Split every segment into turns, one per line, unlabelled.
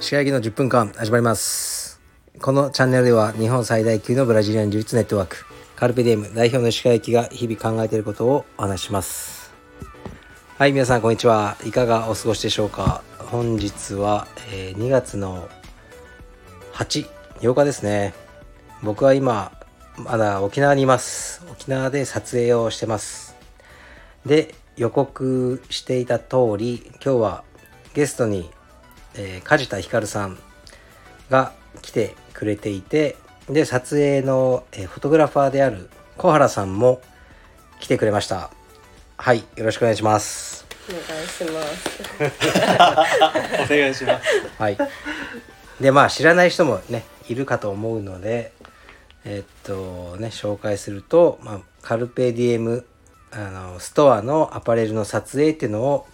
石焼きの10分間始まりますこのチャンネルでは日本最大級のブラジリアン柔術ネットワークカルペディエム代表の石焼きが日々考えていることをお話ししますはい皆さんこんにちはいかがお過ごしでしょうか本日は、えー2月の8 8日ですね僕は今まだ沖縄にいます沖縄で撮影をしてますで予告していた通り今日はゲストに、えー梶田ひかるさんが来てくれていてで撮影の、えーフォトグラファーである小原さんも来てくれましたはいよろしくお願いします
お願いします。
お願いします。
はい。で、まあ、知らない人もね、いるかと思うので、えっとね、紹介すると、まあ、カルペディエムあのストアのアパレルの撮影っていうのを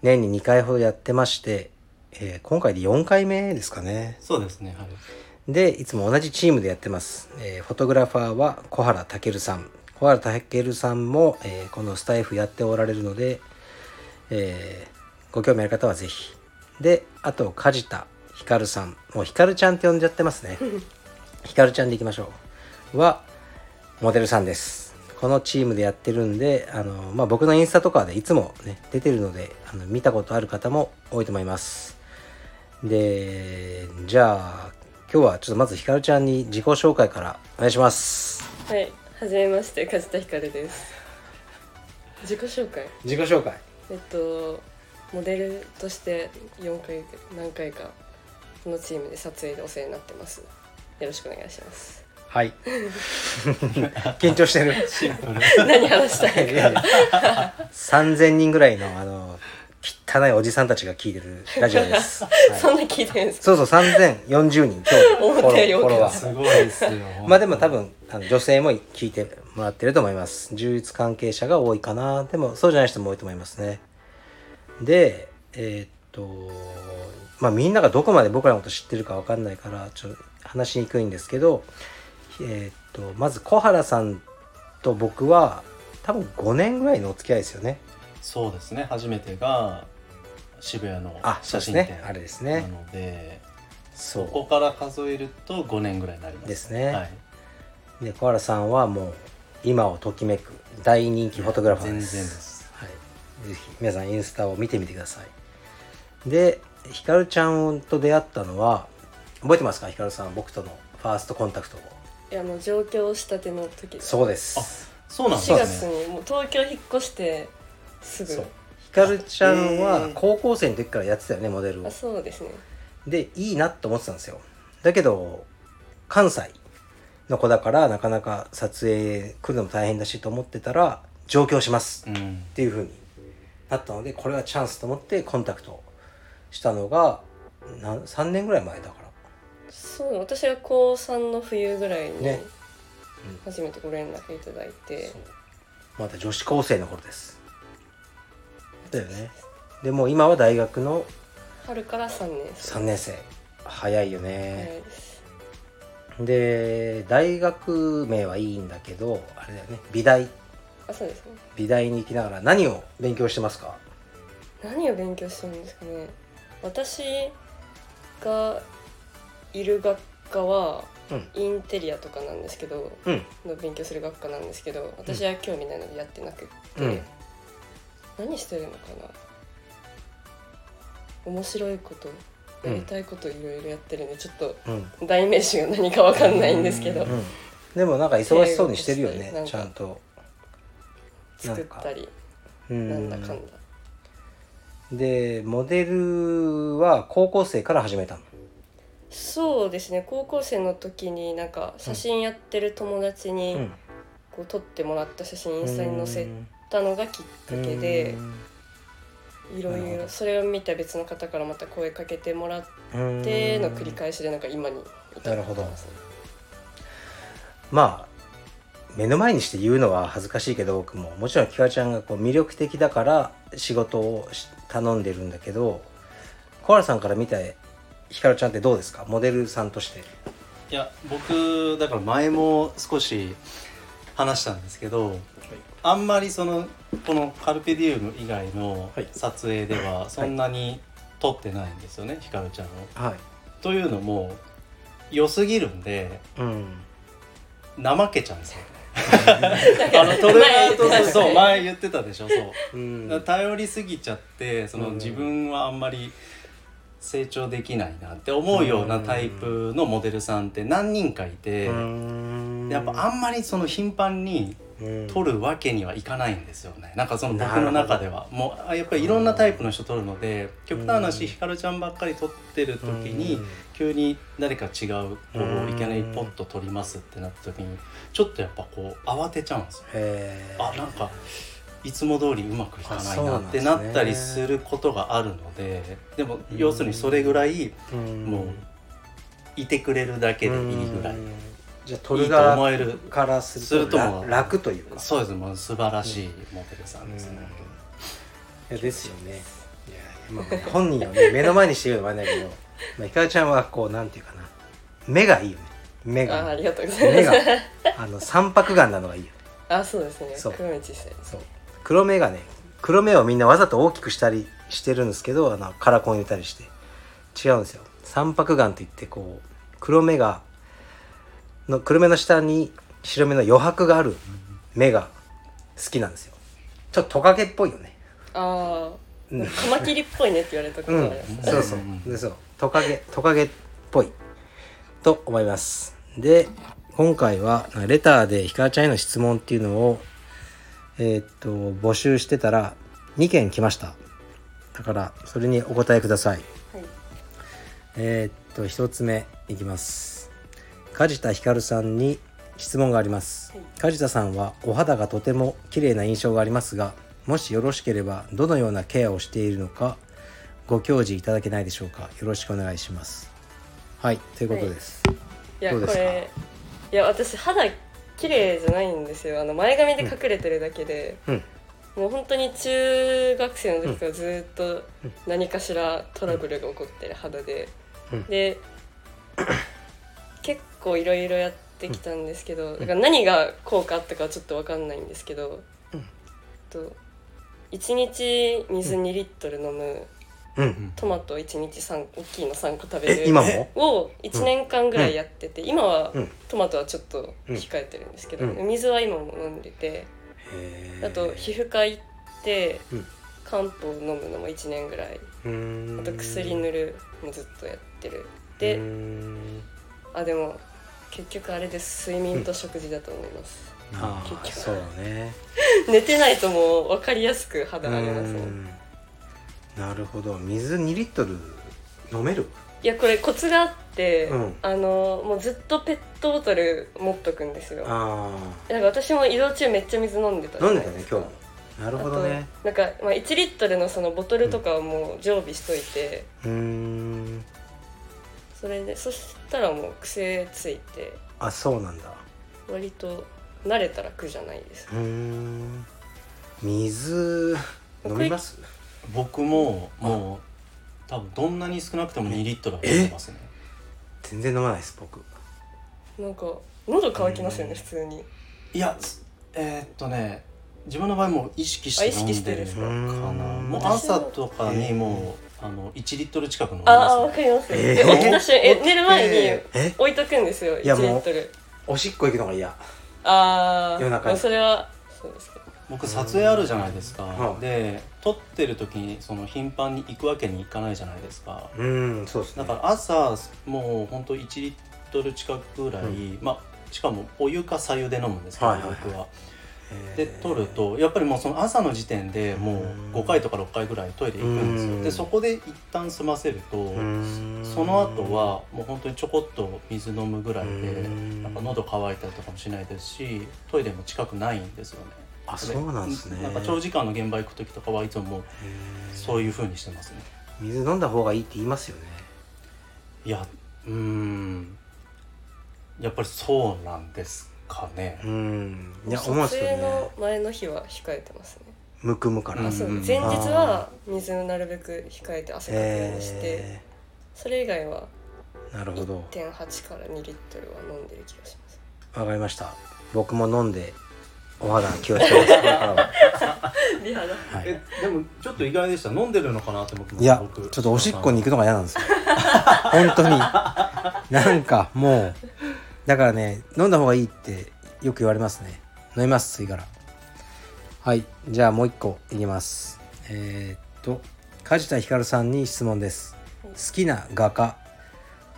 年に2回ほどやってまして、えー今回で4回目ですかね。
そうですね。はい。
で、いつも同じチームでやってます。えーフォトグラファーは小原健さん。小原健さんも、えーこのスタイフやっておられるので、えーご興味ある方はぜひ。で、あと、梶田ひかるさん。もうひかるちゃんって呼んじゃってますね。ひかるちゃんでいきましょう。は、モデルさんです。このチームでやってるんで、あの、まあ、僕のインスタとかでいつもね、出てるので、あの見たことある方も多いと思います。でじゃあ今日はちょっとまずひかるちゃんに自己紹介からお願いします
はい、はじめまして、梶田ひかるです。自己紹介、
自己紹介
えっと、モデルとして4回、何回か。このチームで撮影でお世話になってます。よろしくお願いし ます。
はい緊張 してる
シンプル。
何話したい
い
か。
やいや3000人ぐらいのあの汚いおじさんたちが聞いてるラジオです、はい
そんな聞いてるんですか。
そうそう3040人今日フ
思ったより
ォロフォロワー
すごいですよ。
まあでも多分あの女性も聞いてもらってると思います充実関係者が多いかなでもそうじゃない人も多いと思いますねでえーっとまあみんながどこまで僕らのこと知ってるかわかんないからちょっと話しにくいんですけどえーっとまず小原さんと僕は多分5年ぐらいのお付き合いですよね
そうですね。初めてが渋谷の
あそうで
写
す
真
ね
展
あれです
な
ね
ので、
そ
そうこから数えると5年ぐらいになります。
ですね
はい。
で小原さんはもう今をときめく大人気フォトグラファー
全然
で
ですす。
はい、ぜひ皆さんインスタを見てみてくださいでひかるちゃんと出会ったのは覚えてますかひかるさん僕とのファーストコンタクトを
いや、もう上京したての時。4
そうです
そうなんで
月
すね。
に、もう東京引っ越して。す
そう
ぐ。
ひかるちゃん
え
は
ー
高校生の時からやってたよねモデル
あ、
を
そうですね。
でいいなと思ってたんですよだけど関西の子だからなかなか撮影来るのも大変だしと思ってたら上京します
うん
っ。ていう風になったのでこれはチャンスと思ってコンタクトしたのがな3年ぐらい前だから
そう、私は高3の冬ぐらいに
ね。
初めてご連絡いただいて。
そうまだ女子高生の頃ですだよねでもう今は大学の
春から3年生。
3年生早いよね、
早いです
で大学名はいいんだけどあれだよね美大
あ、そうですね。
美大に行きながら何を勉強してますか
何を勉強してるんですかね私がいる学科は
うん
インテリアとかなんですけど
うん
の勉強する学科なんですけど私は興味ないのでやってなくって、
うん
何してるのかな面白いことやりたいこといろいろやってるんでちょっと
うん
代名詞が何かわかんないんですけど、
うんでもなんか忙しそうにしてるよね
なんか
ちゃんと
作ったり
うん
なんだかんだ
でモデルは高校生から始めたの
そうですね高校生の時になんか写真やってる友達に、こう撮ってもらった写真インスタに載せたのがきっかけでいろ
ないるほ
ろ
ど
それを見た別の方からまた声かけてもらっ
うん
ての繰り返しでなんか今に至ってますね
まあ目の前にして言うのは恥ずかしいけど僕ももちろんきかちゃんがこう魅力的だから仕事をし頼んでるんだけど小原さんから見たひかるちゃんってどうですかモデルさんとして
いや僕だから前も少し話したんですけど、あんまりそのこのカルペディウム以外の
はい
撮影ではそんなに撮ってないんですよね、ヒカルちゃんを。
はい
というのも良すぎるんで
うん
怠けちゃうんですよ。 あのトレーナーとそうそう前言ってたでしょそう。
うん
だから頼りすぎちゃってその
うん
自分はあんまり成長できないなって思うようなタイプのモデルさんって何人かいて、
うん
やっぱあんまりその頻繁に
うん
撮るわけにはいかないんですよねなんかその
なる
僕
ほど
の中ではもうあやっぱりいろんなタイプの人撮るので極端
う
な
ん
話ひかるちゃんばっかり撮ってる時
う
に
ん
急に誰か違う子
う
を
ん
いきなりポッと撮りますってなった時にちょっとやっぱこう慌てちゃうんですよ
へー
あなんかいつも通りうまくいか
あ
ない
そう
な
な
っ
んで
て
すね
なったりすることがあるのででも要するにそれぐらい
うん
もういてくれるだけでいいぐらい
うんじゃあ
い
撮
い
る
と思
側
える
からす
す
る
る
と
と
ら
も
楽というか
そうですもう素晴らしいモデルさんですね。
いやですよねいやまあ本人はね 目の前にして言うのはあれだけど、まあ、ひかるちゃんはこうなんていうかな目がいいよね目
ああ
が
りがとうござ
目
いま
が
す。
あの三白眼なのがいいよね
あそうですね
そう。
黒道先
そう黒目がね黒目をみんなわざと大きくしたりしてるんですけどあのカラコン入れたりして違うんですよ三白眼といってこう黒目がの黒目の下に白目の余白がある目が好きなんですよちょっとトカゲっぽいよね
あ
うん
あカマキリっぽいねって言われた
う
こと
ん
あります。
そうそう
うん
でそうトカゲトカゲっぽいと思いますで今回はレターでひかるちゃんへの質問っていうのをえーっと募集してたら2件来ましただからそれにお答えください
はい。
えーっと1つ目いきます梶田ひかるさんに質問があります
はい
梶田さんはお肌がとても綺麗な印象がありますがもしよろしければどのようなケアをしているのかご教示いただけないでしょうかよろしくお願いしますはいということです、
いや
どうです
こ
か
れいや私肌綺麗じゃないんですよあの前髪で隠れてるだけで、
うん
もう本当に中学生の時からずっと何かしらトラブルが起こってる肌で、
うん
で結構いろいろやってきたんですけど、だから何が効果あったかはちょっと分かんないんですけど、
うん
と1日水2リットル飲む
うん、
トマト1日3大きいの3個食べる
え今も
を1年間ぐらいやってて、今は
うん
トマトはちょっと控えてるんですけど、
うん
水は今も飲んでて、
へー
あと皮膚科行って、
うん
漢方飲むのも1年ぐらいう
ーん
あと薬塗るもずっとやってるで、
うーん
あでも結局あれです睡眠と食事だと思います、
ああ
結局
そうね
寝てないともう分かりやすく肌荒れますね、
うーんなるほど水2リットル飲める
いやこれコツがあって、
うん
あのもうずっとペットボトル持っとくんですよ
あ
なんか私も移動中めっちゃ水飲んでた
あ飲んで
じ
た
ゃない
ね
すか
今日もなるほどね
あとなんか、まあ、1リットルのそのボトルとかはもう常備しといて、
うーん
それでそしたらもう癖ついて
あそうなんだ
割と慣れたら苦じゃないです
うーん水飲みます
僕ももう多分どんなに少なくても2リットルは飲んでますね。
全然飲まないです僕
なんか喉乾きますよね、
うん
普通に
いやすえーっとね自分の場合もう意識して
あ意識
飲ん
して
で
るん
る
です
か
かなもう
私も
朝とかにもうあの1リットル近く飲んで
ああ
ま
わ
す
か
ね
ります、
えー
で起きた瞬間え
起きて
寝る前に
え
置いとくんですよ1
い
リ
やもう
ットル
おしっこ行くのが嫌
あ
夜
あ
中に
それはそうですけど
僕撮影あるじゃないですか、
はい
で撮ってる時にその頻繁に行くわけにいかないじゃないですか、
うーんそうですね
だから朝もうほんと1リットル近くぐらい、
う
まあしかもお湯か白湯で飲むんですけど、
はいはいはい
僕は
へー
で取るとやっぱりもうその朝の時点でも
うん
う5回とか6回ぐらいトイレ行くんです
うん
よでそこで一旦済ませると
うーん
その後はもう本当にちょこっと水飲むぐらいで
うん
なんか喉乾いたりとかもしないですしトイレも近くないんですよね
あそうなんですね
なんか長時間の現場行く時とかはいつももう
へー
そういう風にしてますね
水飲んだ方がいいって言いますよね
いやうーんやっぱりそうなんですかね
うーんいや
撮
思うんですよ
影
ね
の前の日は控えてますね
むくむから
うん
あそう
うん
前日は水をなるべく控えて汗かくようにして、
え
それ以外は
ーなるほど
1.8から2リットルは飲んでる気がします
わかりました僕も飲んでお肌気をつけ ますこれからは、
美肌
はい
えでもちょっと意外でした飲んでるのかなって思ってま
い
した
や
僕
ちょっとおしっこに行くのが嫌なんですよ 本当になんかもうだからね飲んだ方がいいってよく言われますね飲みます次からはいじゃあもう一個いきますえーっと梶田ひかるさんに質問です好きな画家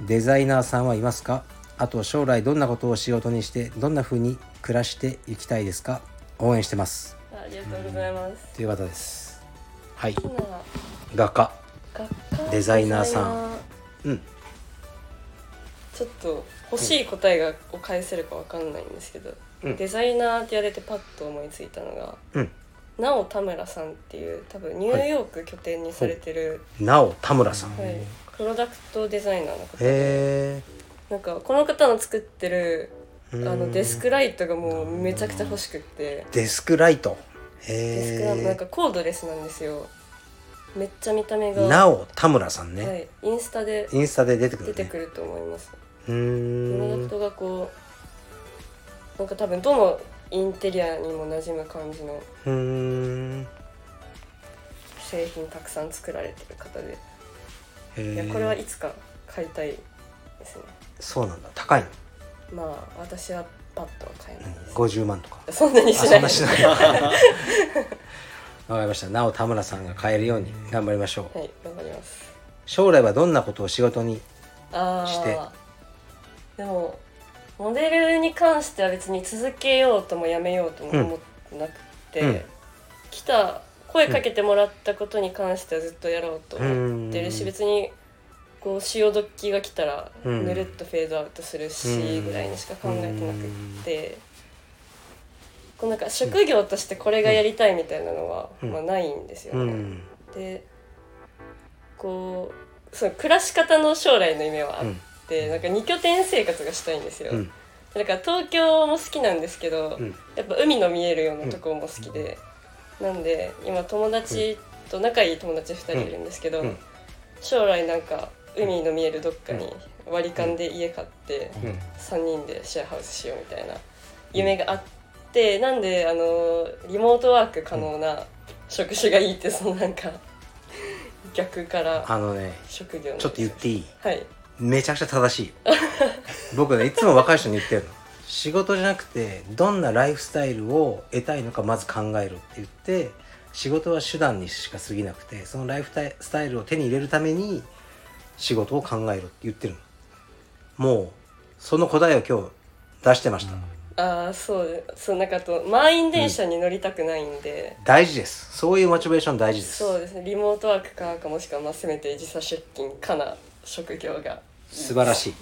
デザイナーさんはいますかあと将来どんなことを仕事にしてどんな風に暮らしていきたいですか応援してます
ありがとうございます
という方ですはい
好きな
画家
学科
デザイナーさん
デザイナー
うん
ちょっと欲しい答えがを返せるかわかんないんですけど、
うん
デザイナーって言われてパッと思いついたのが
うん
なお田村さんっていう多分ニューヨーク拠点にされてる、
なお田村さんへ
ほう
はいプロダクトデザイナーの方で
え
なんかこの方の作ってる
あ
あのデスクライトがもうめちゃくちゃ欲しくって
デスクライト
デスク
へ
ライトなんかコードレスなんですよめっちゃ見た目が
えなお田村さんね、
はい、インスタで
インスタで出てくる、ね、
出てくると思います
う
プロダ
ー
ク
ん
トがこうなんか多分どのインテリアにも馴染む感じの
うーん
製品たくさん作られてる方で、
へ
い
え
やこれはいつか買いたいですね
そうなんだ高いの
まあ私はパッとは買えないです、
50万とか
そんなにし
あそ
なんい
なし
は
な いわかりましたなお田村さんが買えるように頑張りましょう
い頑張ります
将来はどんなことを仕事に
あ
して
あでもモデルに関しては別に続けようともやめようとも思ってなくて、
うん
来た声かけてもらったことに関してはずっとやろうと
う
思ってってるし別にこう潮時が来たら
うん
ぬるっとフェードアウトするし
うん
ぐらいにしか考えてなくってこうなんか職業としてこれがやりたいみたいなのは
うん
まあないんですよ
う
ね。
ん
でこうその暮らし方の将来の夢はあ
う
っ
ん
てなんか2拠点生活がしたいんですよ
う。ん
だから東京も好きなんですけど
うん
やっぱ海の見えるようなとこも好きでなんで今友達と仲いい友達2人いるんですけど。
うん
将来なんか海の見えるどっかに割り勘で家買って
うん
3人でシェアハウスしようみたいな夢があってなんであのリモートワーク可能な職種がいいってそのなんか逆から
あのね
職業の
ちょっと言っていい
はい
めちゃくちゃ正しい僕ねいつも若い人に言ってるの仕事じゃなくてどんなライフスタイルを得たいのかまず考えろって言って仕事は手段にしか過ぎなくてそのライフスタイルを手に入れるために仕事を考えろって言ってるのもうその答えを今日出してました、
ああそうそうなんかあと満員電車に乗りたくないんで、
大事ですそういうモチベーション大事です
そうですねリモートワークかかもしくはまあせめて時差出勤かな職業が
素晴らしい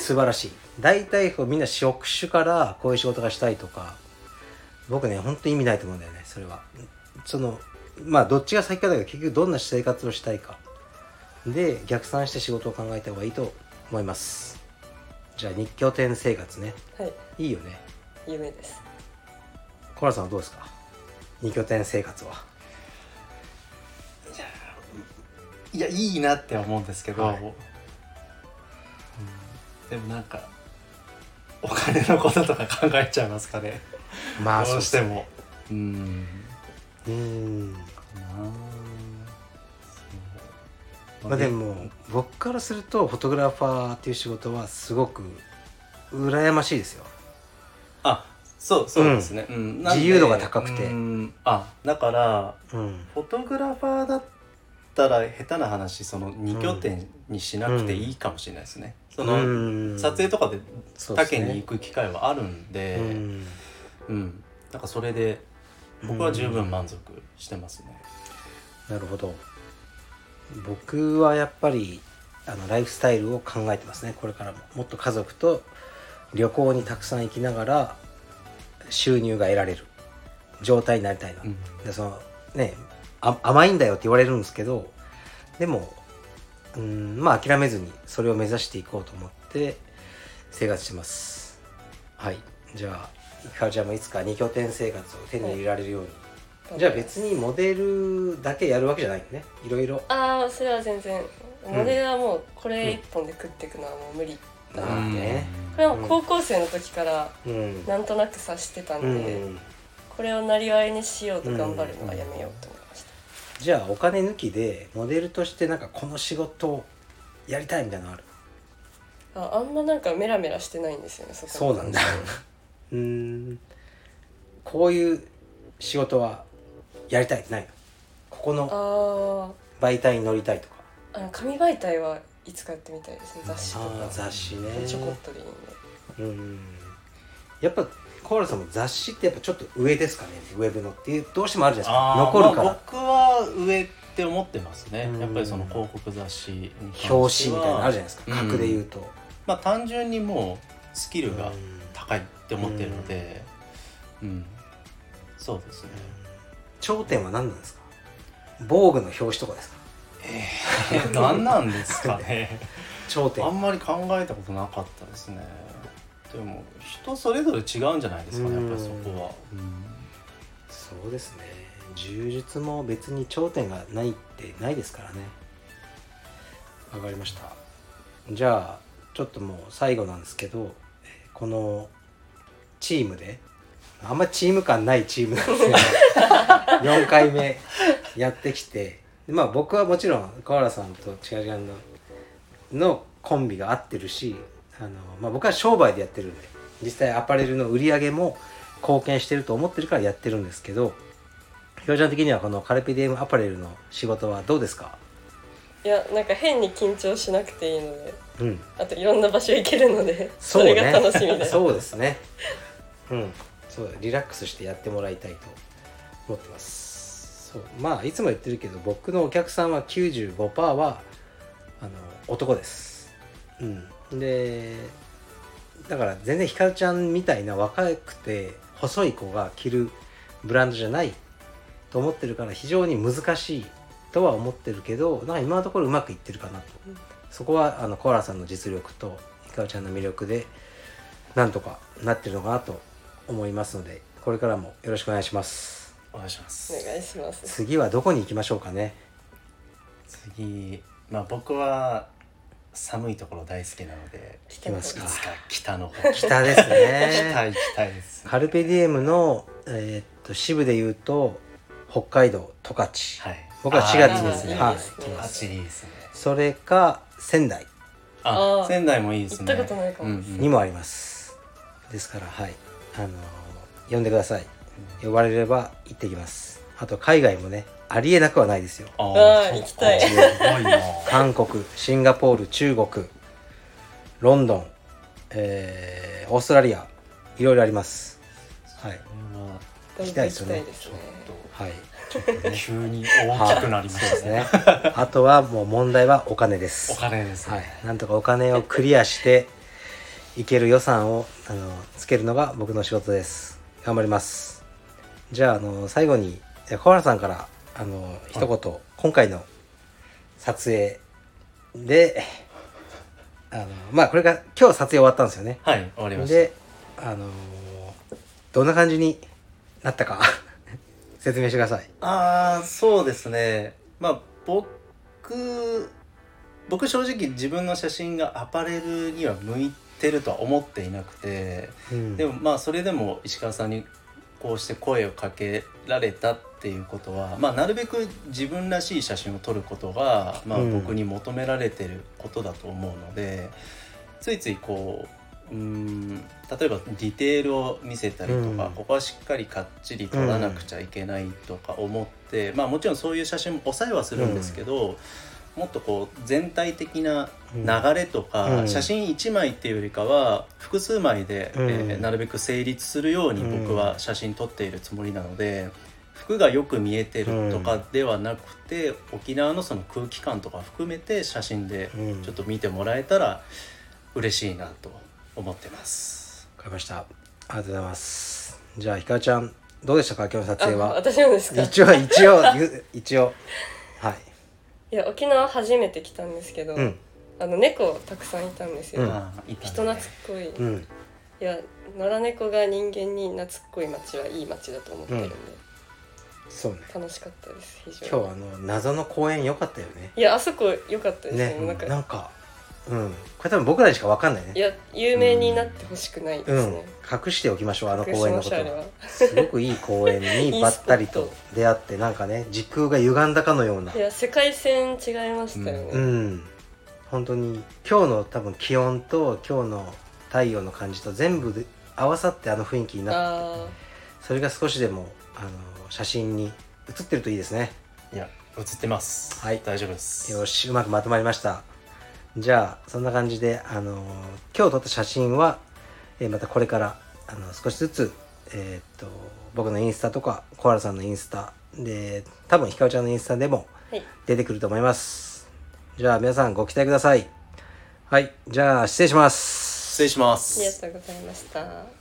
素晴らしい大体こうみんな職種からこういう仕事がしたいとか僕ね本当に意味ないと思うんだよねそれはそのまあどっちが先かだけど結局どんな生活をしたいかで逆算して仕事を考えた方がいいと思いますじゃあ日拠点生活ね
はい
いいよね
夢です
コラさんはどうですか二拠点生活は、
いやいいなって思うんですけど、
はい
うんでもなんかお金のこととか考えちゃいますかね
まあ
どうして
う
もうん
うーん
かなそう
まあでも僕からするとフォトグラファーっていう仕事はすごく羨ましいですよ
あそうそうですね、うんなんで
自由度が高くて
うんあだから
うん
フォトグラファーだったら下手な話その2拠点にしなくていいかもしれないですね、その、
うん
撮影とかで
そうで
他
すね
県に行く機会はあるんで
うん
うん、なんかそれで僕は十分満足してますね。
なるほど僕はやっぱりあのライフスタイルを考えてますねこれからももっと家族と旅行にたくさん行きながら収入が得られる状態になりたいな、
うん
でそのねあ甘いんだよって言われるんですけどでもうんまあ諦めずにそれを目指していこうと思って生活してますはいじゃあいかちゃんもいつか二拠点生活を手に入れられるように、じゃあ別にモデルだけやるわけじゃないよねいろいろ
ああそれは全然
ん
モデルはもうこれ一本で食っていくのはもう無理だなって、
うんね
これも高校生の時から
うん
なんとなく察してたん
う
で、
ん
これをなりわいにしようと頑張るのはやめようと思いました、
じゃあお金抜きでモデルとしてなんかこの仕事をやりたいみたいなのある
ああんまなんかメラメラしてないんですよねそこ
そうなんだ うーんこういう仕事はやりたいってないのここ
あ
の
ー
媒体に乗りたいとか
あの紙媒体はいつかやってみたいですね雑誌と
あ
か
ー雑誌ね
ちょこっとでいいんで
うんやっぱ小原さんも雑誌ってやっぱちょっと上ですかねウェブのっていうどうしてもあるじゃないで
あー
すか残るから、
まあ僕は上って思ってますね
うん
やっぱりその広告雑誌に関しては
表紙みたいなのあるじゃないですか、
うん
格で言うと、
まあ単純にもうスキルが
うん
高いって思ってるのでうん、そうですね
頂点は何なんですか防具の表紙とかですか
え何なんですか ね
頂点
あんまり考えたことなかったですねでも人それぞれ違うんじゃないですかねやっぱりそこは、
そうですね柔術も別に頂点がないってないですからねわかりましたじゃあちょっともう最後なんですけどえーこのチームであんまチーム感ないチームなんですよね4回目やってきてでまあ僕はもちろん河原さんと千賀ちゃんののコンビが合ってるしあの、まあ、僕は商売でやってるんで実際アパレルの売り上げも貢献してると思ってるからやってるんですけどひょうちゃん的にはこのカルピディウムアパレルの仕事はどうですか
いやなんか変に緊張しなくていいので
うん
あといろんな場所行けるのでそ,、
そうね
れが楽しみです
そうですねうんそうリラックスしてやってもらいたいと思ってますそうまあいつも言ってるけど僕のお客さんは95%はあの男ですうんでだから全然ひかるちゃんみたいな若くて細い子が着るブランドじゃないと思ってるから非常に難しいとは思ってるけどなんか今のところうまくいってるかなとそこはあのコアラさんの実力とひかるちゃんの魅力でなんとかなってるのかなと思いますのでこれからもよろしくお願いします
お願いします
お願いします
次はどこに行きましょうかね
次まあ僕は寒いところ大好きなので
来
きます
い
か
つか北の方北
北です
北
ね
行きたいです
カルペディエムの、えーっと支部で言うと北海道十勝、
はい
僕は4
あ
月
ー
に
いい
はい
ですね
行きま
あ
す
チリいいですね
それか仙台
あ
あー
仙台もいいです
行
ね
ったことないかも
うんうん
にもあります、ですからはいあのー呼んでください呼ばれれば行ってきますあと海外もねありえなくはないですよ
あー
あー
そう
行きたい
すごいな
韓国シンガポール中国ロンドン、えーオーストラリアいろいろありますはい
これ
ど
は
ん
行
ど
き
ん
たいで
行
すよ
きた
ね
いですね
はい
ちょっとね急に大きくなりま
そうで
し
す
たね
ねあとはもう問題はお金です
お金ですね
はい、なんとかお金をクリアしていける予算をあのつけるのが僕の仕事です頑張りますじゃああの最後にえ小原さんからあの一言、今回の撮影であのまあこれが今日撮影終わったんですよね
はい終わりまし
であのどんな感じになったか 説明してください
たああそうですねまあ僕僕正直自分の写真がアパレルには向いてるとは思っていなくて
うん
でもまあそれでも石川さんにこうして声をかけられたっていうことは、まあ、なるべく自分らしい写真を撮ることが、まあ、
うん
僕に求められてることだと思うので、ついついこううーん例えばディテールを見せたりとか、
うん
ここはしっかりかっちり撮らなくちゃいけないとか思って、まあ、もちろんそういう写真も抑えはするんですけど、もっとこう全体的な流れとか、
うん
写真1枚っていうよりかは複数枚で、
うん
えーなるべく成立するように
うん
僕は写真撮っているつもりなので、服がよく見えてるとかではなくて、沖縄のその空気感とか含めて写真で
うん
ちょっと見てもらえたら嬉しいなと思ってます。
わかりましたありがとうございますじゃあひかるちゃんどうでしたか今日の撮
あ
影は
私もですか
一応一応ゆ一応はい
いや沖縄初めて来たんですけど、
うん
あの猫たくさんいたんですよ、
うん
あーいい感じ
人懐っこい、
う
い
ん
や野良猫が人間に懐っこい町はいい町だと思ってるんで、
そうね
楽しかったです非常に
今日あの謎の公演良かったよね
いやあそこ良かったです
ね
よねなんか
なんかうん、これ多分僕らにしか分かんない
い
ね、
や有名になってほしくないで
う
す
ん
ね、、
隠しておきましょうあの
隠
公
し
園
ま
のこ
し
と
ょうあれ
は
は
すごくいい公園
い
に
い
ばったり
スポ
と
ッ
出会ってなんかね時空が歪んだかのようない
や世界線違いましたよね、
うん本当に今日の多分気温と今日の太陽の感じと全部で合わさってあの雰囲気になっ
あ
それが少しでもあの写真に写ってるといいですね
いや映ってます
はい
大丈夫です
よしうまくまとまりましたじゃあそんな感じであの今日撮った写真は、えーまたこれからあの少しずつえーっと僕のインスタとかコアラさんのインスタで多分ひかおちゃんのインスタでも
ーはい
出てくると思いますじゃあ皆さんご期待くださいはいじゃあ失礼します
失礼しま
ありが
す
とうございました